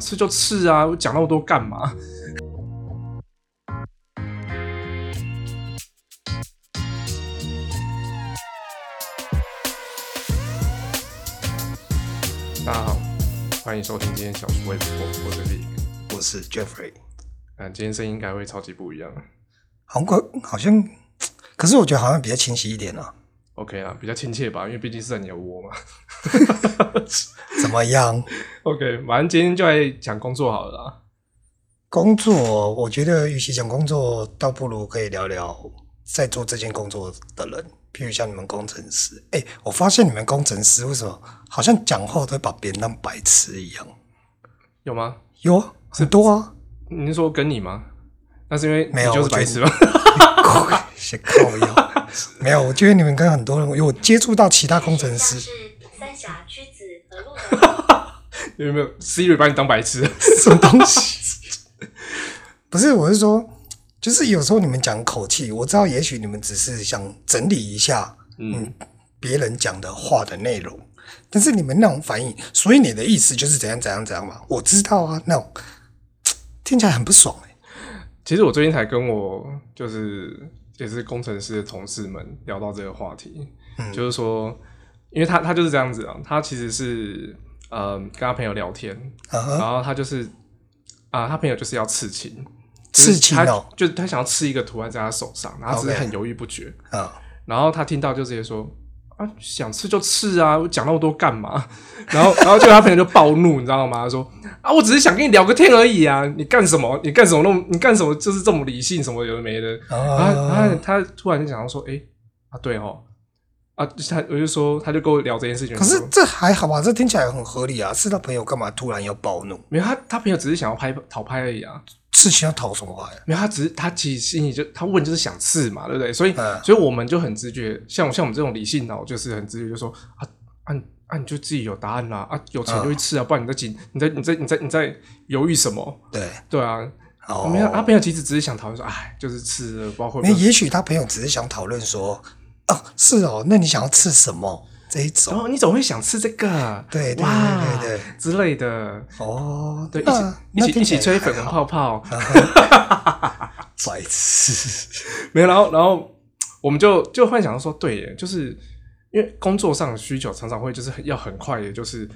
吃就吃啊，我讲那么多干嘛？大家好，欢迎收听今天小叔微博，我是 Vic。我是 Jeffrey。嗯，今天声音应该会超级不一样。好像快好像，可是我觉得好像比较清晰一点啊。 OK 啊，比较亲切吧，因为毕竟是在你的窝 嘛。怎么样？ OK，反正今天就来讲工作好了啦。工作，我觉得与其讲工作，倒不如可以聊聊在做这件工作的人，譬如像你们工程师。哎、我发现你们工程师为什么好像讲话都会把别人当白痴一样？有吗？有啊，很多啊。 你是说跟你吗？那是因为没有你就是我觉白得痴吗？ 先靠腰。没有，我觉得你们跟很多人，因为我接触到其他工程师，是三峡区子和路的有没有 Siri 把你当白痴？ 什么东西？不是，我是说，就是有时候你们讲口气，我知道，也许你们只是想整理一下，嗯，别人讲的话的内容，但是你们那种反应，所以你的意思就是怎样怎样怎样嘛？我知道啊，那种听起来很不爽哎、其实我最近才跟我就是也是工程师的同事们聊到这个话题，嗯就是说，因为他他就是这样子啊，他其实是呃跟他朋友聊天，啊然哈，后他就是啊、他朋友就是要刺青，刺青哦，就是他就是他想要刺一个图案在他手上，然后他只是 OK 很犹豫不决，啊，然后他听到就直接说。啊，想刺就刺啊！我讲那么多干嘛？ 然后，然后就他朋友就暴怒，你知道吗？他说：“啊，我只是想跟你聊个天而已啊！你干什么？你干什么那么？你干什么？就是这么理性，什么有的没的。”然后，然后啊，他突然就想到说：“诶，啊，对哦，啊，就是他我就说，他就跟我聊这件事情。可是我说这还好吧，这听起来很合理啊。是他朋友干嘛突然要暴怒？没有他，他朋友只是想要拍讨拍而已啊。事情要讨什么话呀？没有，他只是他其实心里就他问就是想刺嘛，对不对？所以、嗯所以我们就很直觉，像我像我们这种理性脑就是很直觉，就说啊啊你啊你就自己有答案啦，啊有嗯钱就去吃啊，不然你在紧你在你在你在你在犹豫什么？对，对啊，哦，没有，他朋友其实只是想讨论说，哎，就是吃了，不知道会不没有，会。也许他朋友只是想讨论说，哦，是哦，那你想要吃什么这一然种？后你总会想吃这个，对对哇对对对之类的，哦，对，那一起一那起一听起起吹来还粉红好泡泡，白痴， 没有，然后然后我们就就幻想说，对耶，就是因为工作上的需求常常会就是很要很快的，就是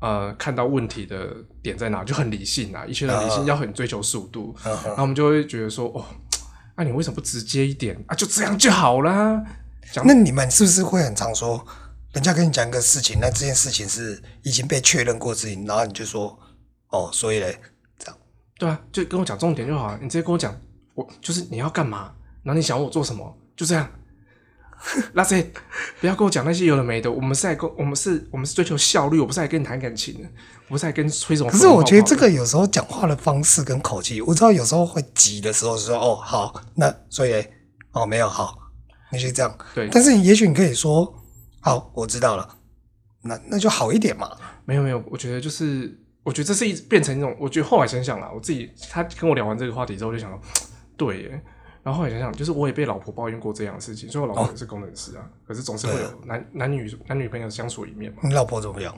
呃看到问题的点在哪，就很理性啊，一切的理性啊要很追求速度，嗯哼然后我们就会觉得说，哦，那、你为什么不直接一点啊？就这样就好啦。讲那你们是不是会很常说，人家跟你讲一个事情，那这件事情是已经被确认过的事情，然后你就说，哦，所以嘞，嗯这样，对啊，就跟我讲重点就好啊了，你直接跟我讲，我就是你要干嘛，然后你想要我做什么，就这样。That's it，不要跟我讲那些有的没的。我们是来跟我们是我们是追求效率，我不是来跟你谈感情的，我不是来跟你吹什么可粉是红泡泡我的。觉得这个有时候讲话的方式跟口气，我知道有时候会急的时候说，哦，好，那所以嘞，哦，没有好，那就这样。对，但是也许你可以说，好，我知道了，那那就好一点嘛。没有没有，我觉得就是我觉得这是一变成一种，我觉得后来想想啊啦，我自己他跟我聊完这个话题之后，就想到对耶。然后后来想想，就是我也被老婆抱怨过这样的事情，所以我老婆也是工程师啊，可是总是会对啊有男男女男女朋友相处一面嘛。你老婆怎么样？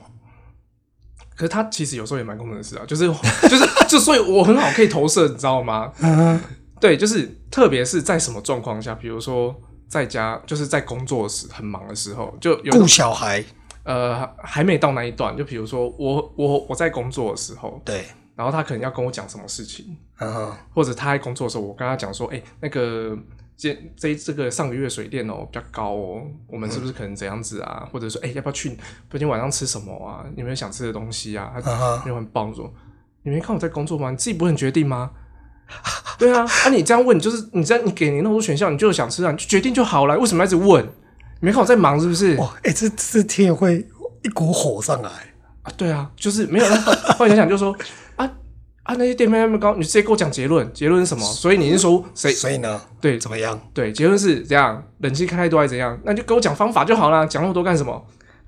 可是他其实有时候也蛮工程师啊，就是 就是就所以我很好可以投射，你知道吗？嗯，对，就是特别是在什么状况下，比如说在家就是在工作时很忙的时候，就有顾小孩，呃还没到那一段，就比如说我我我在工作的时候，对，然后他可能要跟我讲什么事情，嗯哼，或者他在工作的时候，我跟他讲说，哎、那个这这这个上个月水电哦、比较高哦，我们是不是可能怎样子啊？或者说，哎、要不要去昨天晚上吃什么啊？有没有想吃的东西啊？嗯哼他就很棒说，你没看我在工作吗？你自己不是很决定吗？ 对啊，啊你这样问，就是你这样，你给你那么多选项，你就想吃啊，你就决定就好了，为什么要一直问？你没看我在忙是不是？哇，哎、这这天也会一股火上来，啊，对啊，就是没有。后来想想就说啊啊，那些店面那么高，你直接给我讲结论，结论是什么？所以你是说谁？所以呢，对怎么样？对，结论是这样，冷气开太多还是怎样？那你就给我讲方法就好啦，讲那么多干什么？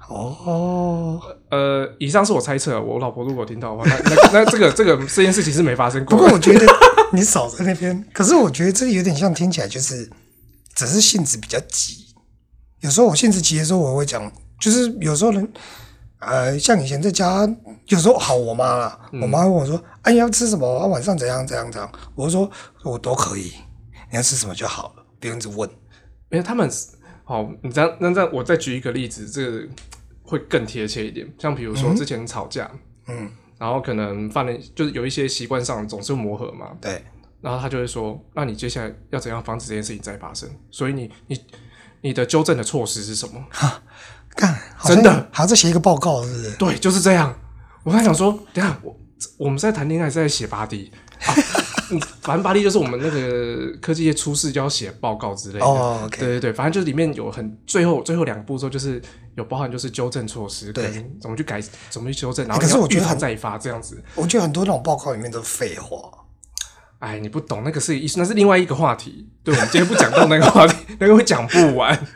哦，呃，以上是我猜测，我老婆如果听到的话，那那那这个这个这件事情是没发生不过过的。我觉得 你少在那边，可是我觉得这有点像听起来就是，只是性子比较急。有时候我性子急的时候，我会讲，就是有时候人，呃，像以前在家，有时候好我妈啦，嗯我妈问我说：“哎、你要吃什么？啊，晚上怎样怎样怎样？”我就说：“我都可以，你要吃什么就好了，不用一直问。因为他们是好，你这样那这样，我再举一个例子，这个会更贴切一点。像比如说之前吵架，”嗯，然后可能犯了就是有一些习惯上总是磨合嘛，对，然后他就会说，那你接下来要怎样防止这件事情再发生？所以你你你的纠正的措施是什 么？干，好像真的还要再写一个报告，是不是？对，就是这样。我还想说，等一下我我们在谈恋爱是在写八 D，、啊、 嗯反正八 D 就是我们那个科技业出事就要写报告之类的。哦，OK 对对对，反正就是里面有很最后最后两个步骤就是有包含就是纠正措施，对哎跟怎么去改，怎么去纠正，然后可是你要我觉得预防很再发这样子。我觉得很多那种报告里面都是废话。哎，你不懂那个是艺术，那是另外一个话题。对，我们今天不讲到那个话题， 那个会讲不完。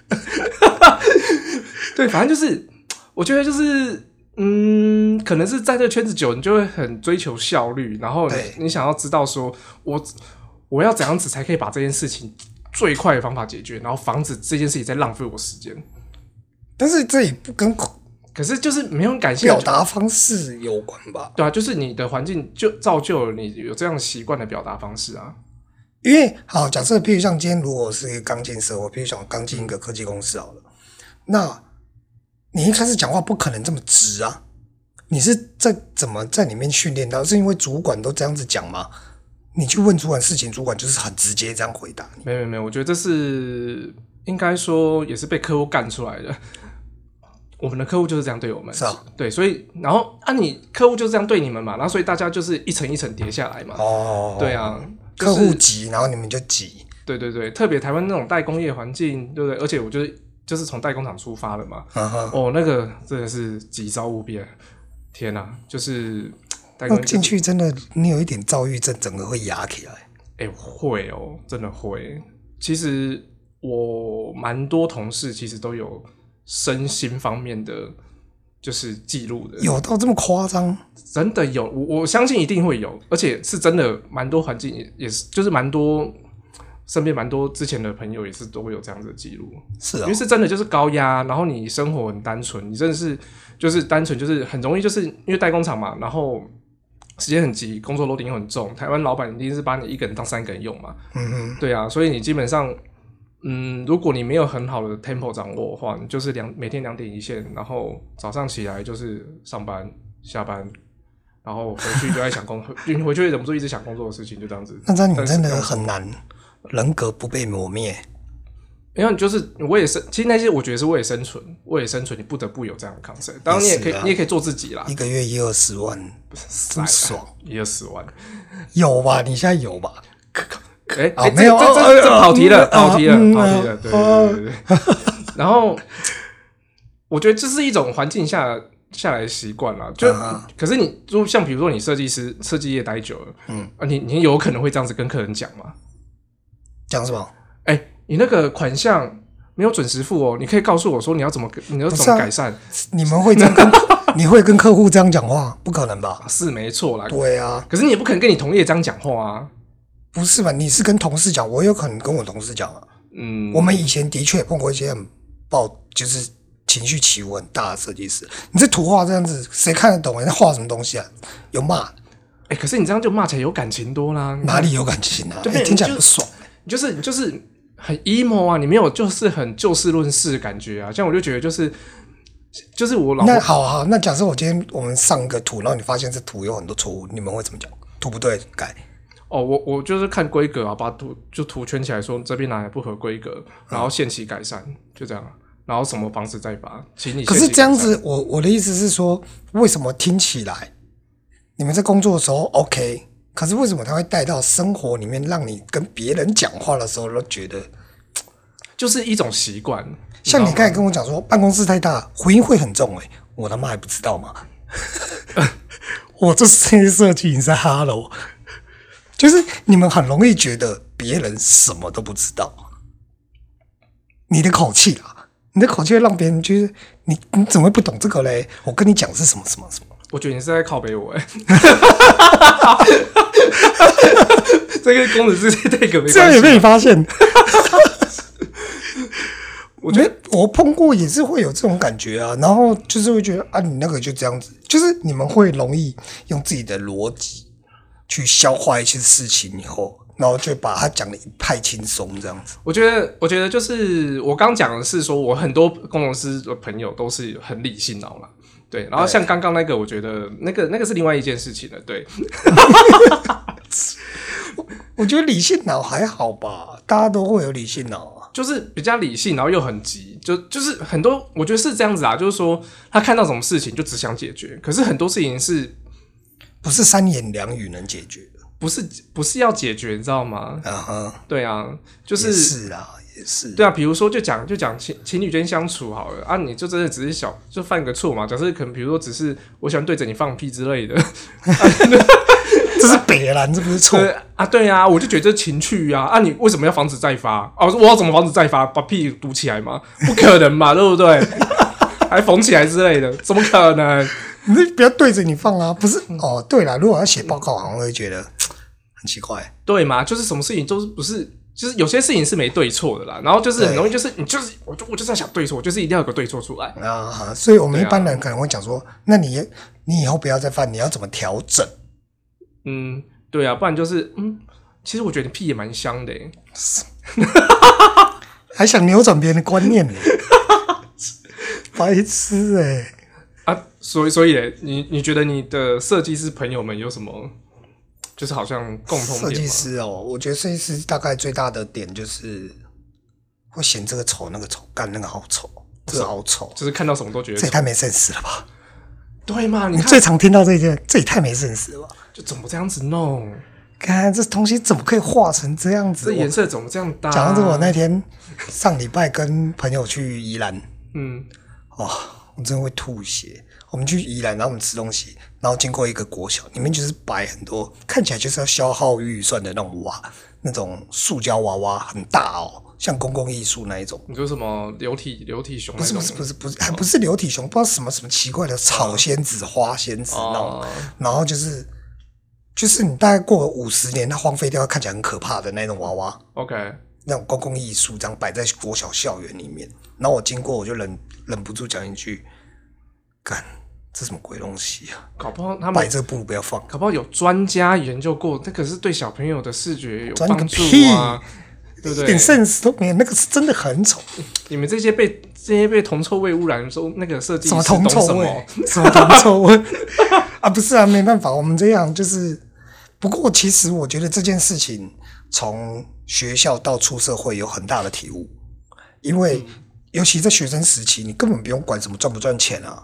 对，反正就是，我觉得就是，嗯，可能是在这个圈子久，你就会很追求效率，然后你对你想要知道说，我我要怎样子才可以把这件事情最快的方法解决，然后防止这件事情再浪费我时间。但是这也不跟可是就是没有人感谢表达方式有关吧？对啊，就是你的环境就造就了你有这样习惯的表达方式啊。因为好，假设譬如像今天如果是一个刚进社会，譬如想刚进一个科技公司好了，那你一开始讲话不可能这么直啊，你是在怎么在里面训练到？是因为主管都这样子讲吗？你去问主管事情，主管就是很直接这样回答你。没有没有没有，我觉得这是应该说也是被客户干出来的。 我们的客户就是这样对我们，是啊对，所以然后啊你，客户就是这样对你们嘛，然后所以大家就是一层一层叠下来嘛，哦，对，啊，客就户是急，然后你们就急，对对对，特别台湾那种代工业环境，对不对？而且我就是就是从代工厂出发的嘛，嗯哼，哦，那个真的是急躁无边，天哪、就是代工那进，去真的你有一点躁郁症，整个会压起来。哎、会哦，真的会。其实我蛮多同事其实都有身心方面的就是记录的，有到这么夸张？真的有，我我相信一定会有，而且是真的蛮多环境也也是，就是蛮多身边蛮多之前的朋友也是都会有这样子的记录，是因啊、为是真的就是高压，然后你生活很单纯，你真的是就是单纯就是很容易就是因为代工厂嘛，然后。时间很急，工作楼顶又很重，台湾老板一定是把你一个人当三个人用嘛，嗯哼，对啊，所以你基本上，嗯，如果你没有很好的 tempo 掌握的话，你就是两每天两点一线，然后早上起来就是上班、下班，然后回去 就在想工，你回去也忍不住一直想工作的事情，就这样子。那这样你但是真这的样很难，人格不被磨灭。因为你就是我也生，其实那些我觉得是为了生存，为了生存，你不得不有这样的 concept。当然你也可以，是啊你也可以做自己啦一，个月一二十万，真爽，一二十万。有吧？你现在有吧？哎、哦哎没有这哦这这哦跑题了，嗯跑题了，嗯跑题了，嗯对对对对对。 然后我觉得这是一种环境下下来的习惯啦，就、嗯啊可是你就像比如说你设计师设计业待久了，嗯啊，你你有可能会这样子跟客人讲嘛？讲什么？哎、你那个款项没有准时付哦，你可以告诉我说你要怎么你要不怎是么啊改善？你们会这 样跟你会跟客户这样讲话？不可能吧？啊是没错啦，对啊，可是你也不可能跟你同业这样讲话啊。不是吧？你是跟同事讲，我有可能跟我同事讲啊。嗯，我们以前的确碰过一些很暴，就是情绪起伏很大的设计师。你这图画这样子，谁看得懂啊？你在画什么东西啊？有骂哎、可是你这样就骂起来有感情多啦。 你看哪里有感情啊？对哎听起来不就爽。就是你就是很 emo 啊，你没有就是很就事论事的感觉啊，像我就觉得就是就是我老那婆好好，那假设我今天我们上一个图，然后你发现这图有很多错误，你们会怎么讲？图不对，改。哦，我我就是看规格啊，把图就图圈起来说这边哪里不合规格，然后限期改善，就这样啊，然后什么方式再发，请你可限是期这样改善子，我我的意思是说，为什么听起来你们在工作的时候 OK，可是为什么他会带到生活里面，让你跟别人讲话的时候都觉得，就是一种习惯，像你知道刚吗才跟我讲说办公室太大，回音会很重、欸，我他妈还不知道吗？ 我这设计设计你在哈喽，就是你们很容易觉得别人什么都不知道，你的口气啊，你的口气会让别人觉得你你怎么会不懂这个嘞？我跟你讲是什么什么什么。我觉得你是在靠北我哎、 这个公子是这个没 这样关也系，被你发现。我觉得 我碰过也是会有这种感觉啊，然后就是会觉得啊，你那个就这样子，就是你们会容易用自己的逻辑去消化一些事情以后，然后就把它讲的一派轻松这样子。我觉得，我觉得就是我刚讲的是说，我很多工程师的朋友都是很理性脑了。对，然后像刚刚那个，我觉得那个那个是另外一件事情了。对，我觉得理性脑还好吧，大家都会有理性脑啊。就是比较理性，然后又很急，就就是很多，我觉得是这样子啊，就是说他看到什么事情就只想解决，可是很多事情是不是三言两语能解决的。不是不是要解决，你知道吗？啊哈，对啊，就是也是啦，也是。对啊，比如说就讲就讲情情侣间相处好了啊，你就真的只是小就犯个错嘛。假设可能比如说只是我喜欢对着你放屁之类的，这是北兰，这不是错。对啊，对啊，我就觉得这情趣啊啊，你为什么要防止再发？啊，我说我要怎么防止再发？把屁股堵起来吗？不可能嘛， 对不对？还缝起来之类的，怎么可能？你这不要对着你放嗯啊，不是哦。对啦，如果要写报告，好像会觉得很奇怪。对嘛？就是什么事情都是不是，就是有些事情是没对错的啦。然后就是很容易，就是你就是我就我就是要想对错，我就是一定要有个对错出来。啊哈，所以我们一般人可能会讲说，啊那你你以后不要再犯，你要怎么调整？嗯，对啊，不然就是嗯，其实我觉得你屁也蛮香的欸，还想扭转别人的观 念呢？白痴哎、啊，所以所以嘞你你觉得你的设计师朋友们有什么，就是好像共通设点计吗？师哦，我觉得设计师大概最大的点就是会嫌这个丑那个丑，干那个好丑，啊这个好丑，就是看到什么都觉得这也丑太没 sense 了吧？对嘛？你你看啊最常听到这一件，这也太没 sense 了吧？就怎么这样子弄，看这东西怎么可以画成这样子？这我颜色怎么这样搭？讲到这个，我那天上礼拜跟朋友去宜兰，嗯，哇，我真的会吐血。我们去宜兰，然后我们吃东西，然后经过一个国小，里面就是摆很多看起来就是要消耗预算的那种娃，那种塑胶娃娃很大哦，像公共艺术那一种。你说什么流体流体熊不哦那哦是种？不是不是不是，还不是流体熊，不知道什么什么奇怪的草仙子、花仙子那种，哦然后就是就是你大概过了五十年，它荒废掉，看起来很可怕的那种娃娃。 ，OK，那种公共艺术这样摆在国小校园里面，然后我经过我就忍忍不住讲一句：“干，这什么鬼东西啊！搞不好他摆们这不如不要放。搞不好有专家研究过，这可是对小朋友的视觉有专个帮助屁啊，对不一对点？sense 都没有，那个是真的很丑，你们这些被这些被铜臭味污染，说那个设计什么师懂铜臭什么味？，什么铜臭 味啊！不是啊，没办法，我们这样就是。不过，其实我觉得这件事情从学校到出社会有很大的体悟，因为嗯尤其在学生时期，你根本不用管什么赚不赚钱啊，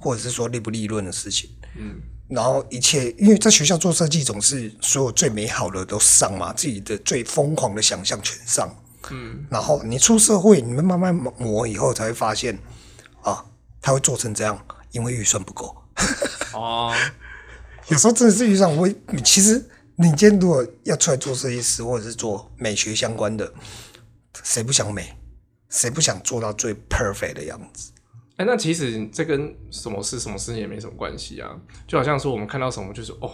或者是说利不利润的事情。嗯，然后一切，因为在学校做设计总是所有最美好的都上嘛，自己的最疯狂的想象全上。嗯，然后你出社会，你们慢慢磨以后才会发现，啊，它会做成这样，因为预算不够。哦，有时候真的是预算，我其实你今天如果要出来做设计师或者是做美学相关的，谁不想美？谁不想做到最 perfect 的样子？哎、那其实这跟什么事、什么事也没什么关系啊。就好像说我们看到什么，就是哦，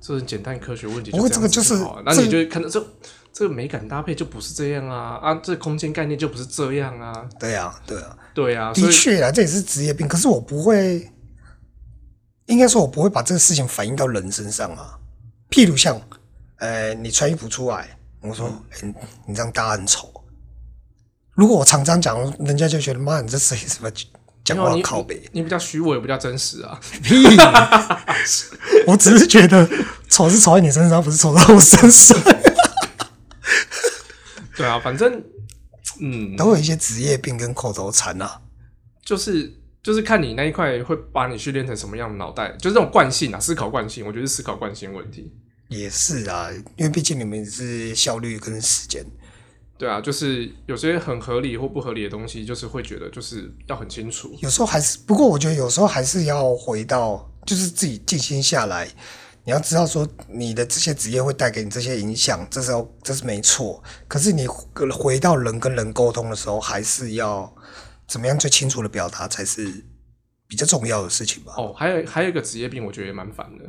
这是简单科学问题，不过这哦这个样子就是好啊那这你就会看到这这个美感搭配就不是这样啊啊，这空间概念就不是这样啊，对啊，对啊。对啊，所的以确啦，这也是职业病。可是我不会，应该说我不会把这个事情反映到人身上啊。譬如像，呃，你穿衣服出来，我说，欸嗯你你这样搭很丑。如果我常常讲，人家就觉得妈，你这谁什么讲没有话你靠北你你比较虚伪，我比较真实啊。屁！ 我只是觉得丑是丑在你身上，不是丑在我 身上。对啊，反正嗯，都有一些职业病跟口头禅啊。就是就是看你那一块会把你训练成什么样的脑袋，就是这种惯性啊，思考惯性，我觉得是思考惯性问题。也是啊，因为毕竟你们是效率跟时间，对啊，就是有些很合理或不合理的东西，就是会觉得就是要很清楚。有时候还是，不过我觉得有时候还是要回到，就是自己静心下来，你要知道说你的这些职业会带给你这些影响，这是要这是没错。可是你回回到人跟人沟通的时候，还是要怎么样最清楚的表达才是比较重要的事情吧？哦，还有还有一个职业病，我觉得也蛮烦的，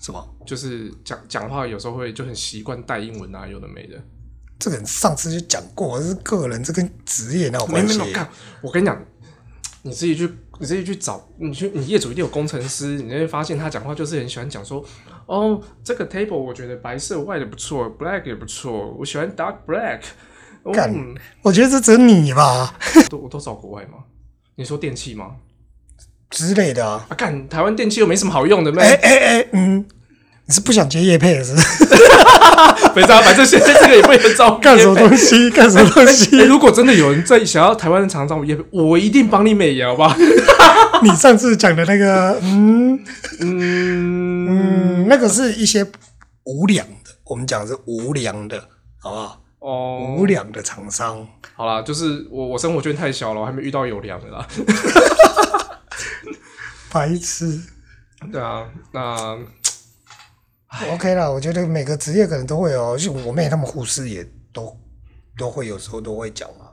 是吗？就是讲讲话有时候会就很习惯带英文啊，有的没的。这个人上次就讲过，这是个人，这跟职业哪有没关没系？没，干！我跟你讲，你自己去，你自己去找，你去，你业主一定有工程师，你就会发现他讲话就是很喜欢讲说，哦，这个 table 我觉得白色 white 不错，black 也不错，我喜欢 dark black。哦干嗯，我觉得这只有你吧都我都找国外吗？你说电器吗？之类的啊。啊，干，台湾电器又没什么好用的， 哎妹，哎哎，嗯，你是不想接叶配是不是？ 没啥，反正现在这个也不能招干什么业配 东西？干什么东哎、西？如果真的有人在想要台湾的厂商业配， 我一定帮你美颜，好不好？你上次讲的那个，嗯嗯，嗯，那个是一些无良的，我们讲的是无良的，好不好？哦，无良的厂商，好啦，就是我我生活圈太小了，我还没遇到有良的啦。 白痴。对啊，那 OK 啦，我觉得每个职业可能都会有，就我妹他们护士也都都会有时候都会讲嘛。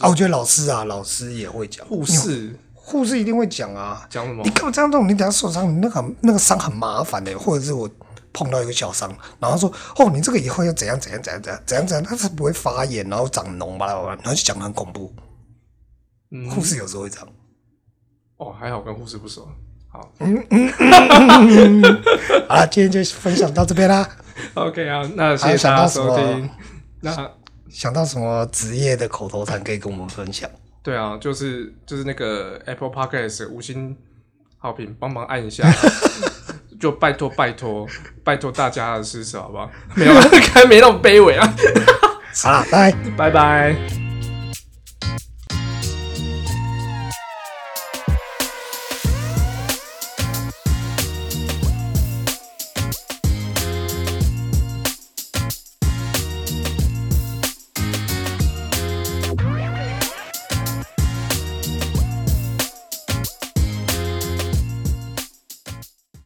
啊，我觉得老师啊，老师也会讲，护你士护士一定会讲啊。讲什么你？干嘛这样弄？你等下受伤，你那个很那个伤很麻烦的、或者是我碰到一个小伤，然后说哦，你这个以后要怎样怎样怎样怎样怎样怎样，它是不会发炎，然后长脓吧，然后就讲得很恐怖。嗯，护士有时候会这样。哦，还好跟护士不熟。好好了，今天就分享到这边啦。 ，OK 啊，那谢还有谢想大家到什收么听。那想到什么职业的口头禅可以跟我们分享？对啊，就是就是那个 Apple Podcast 五星好评，帮忙按一下，就拜托拜托拜托大家的支持，好不好？没有啊，还没那么卑微啊。好啦，拜。拜拜。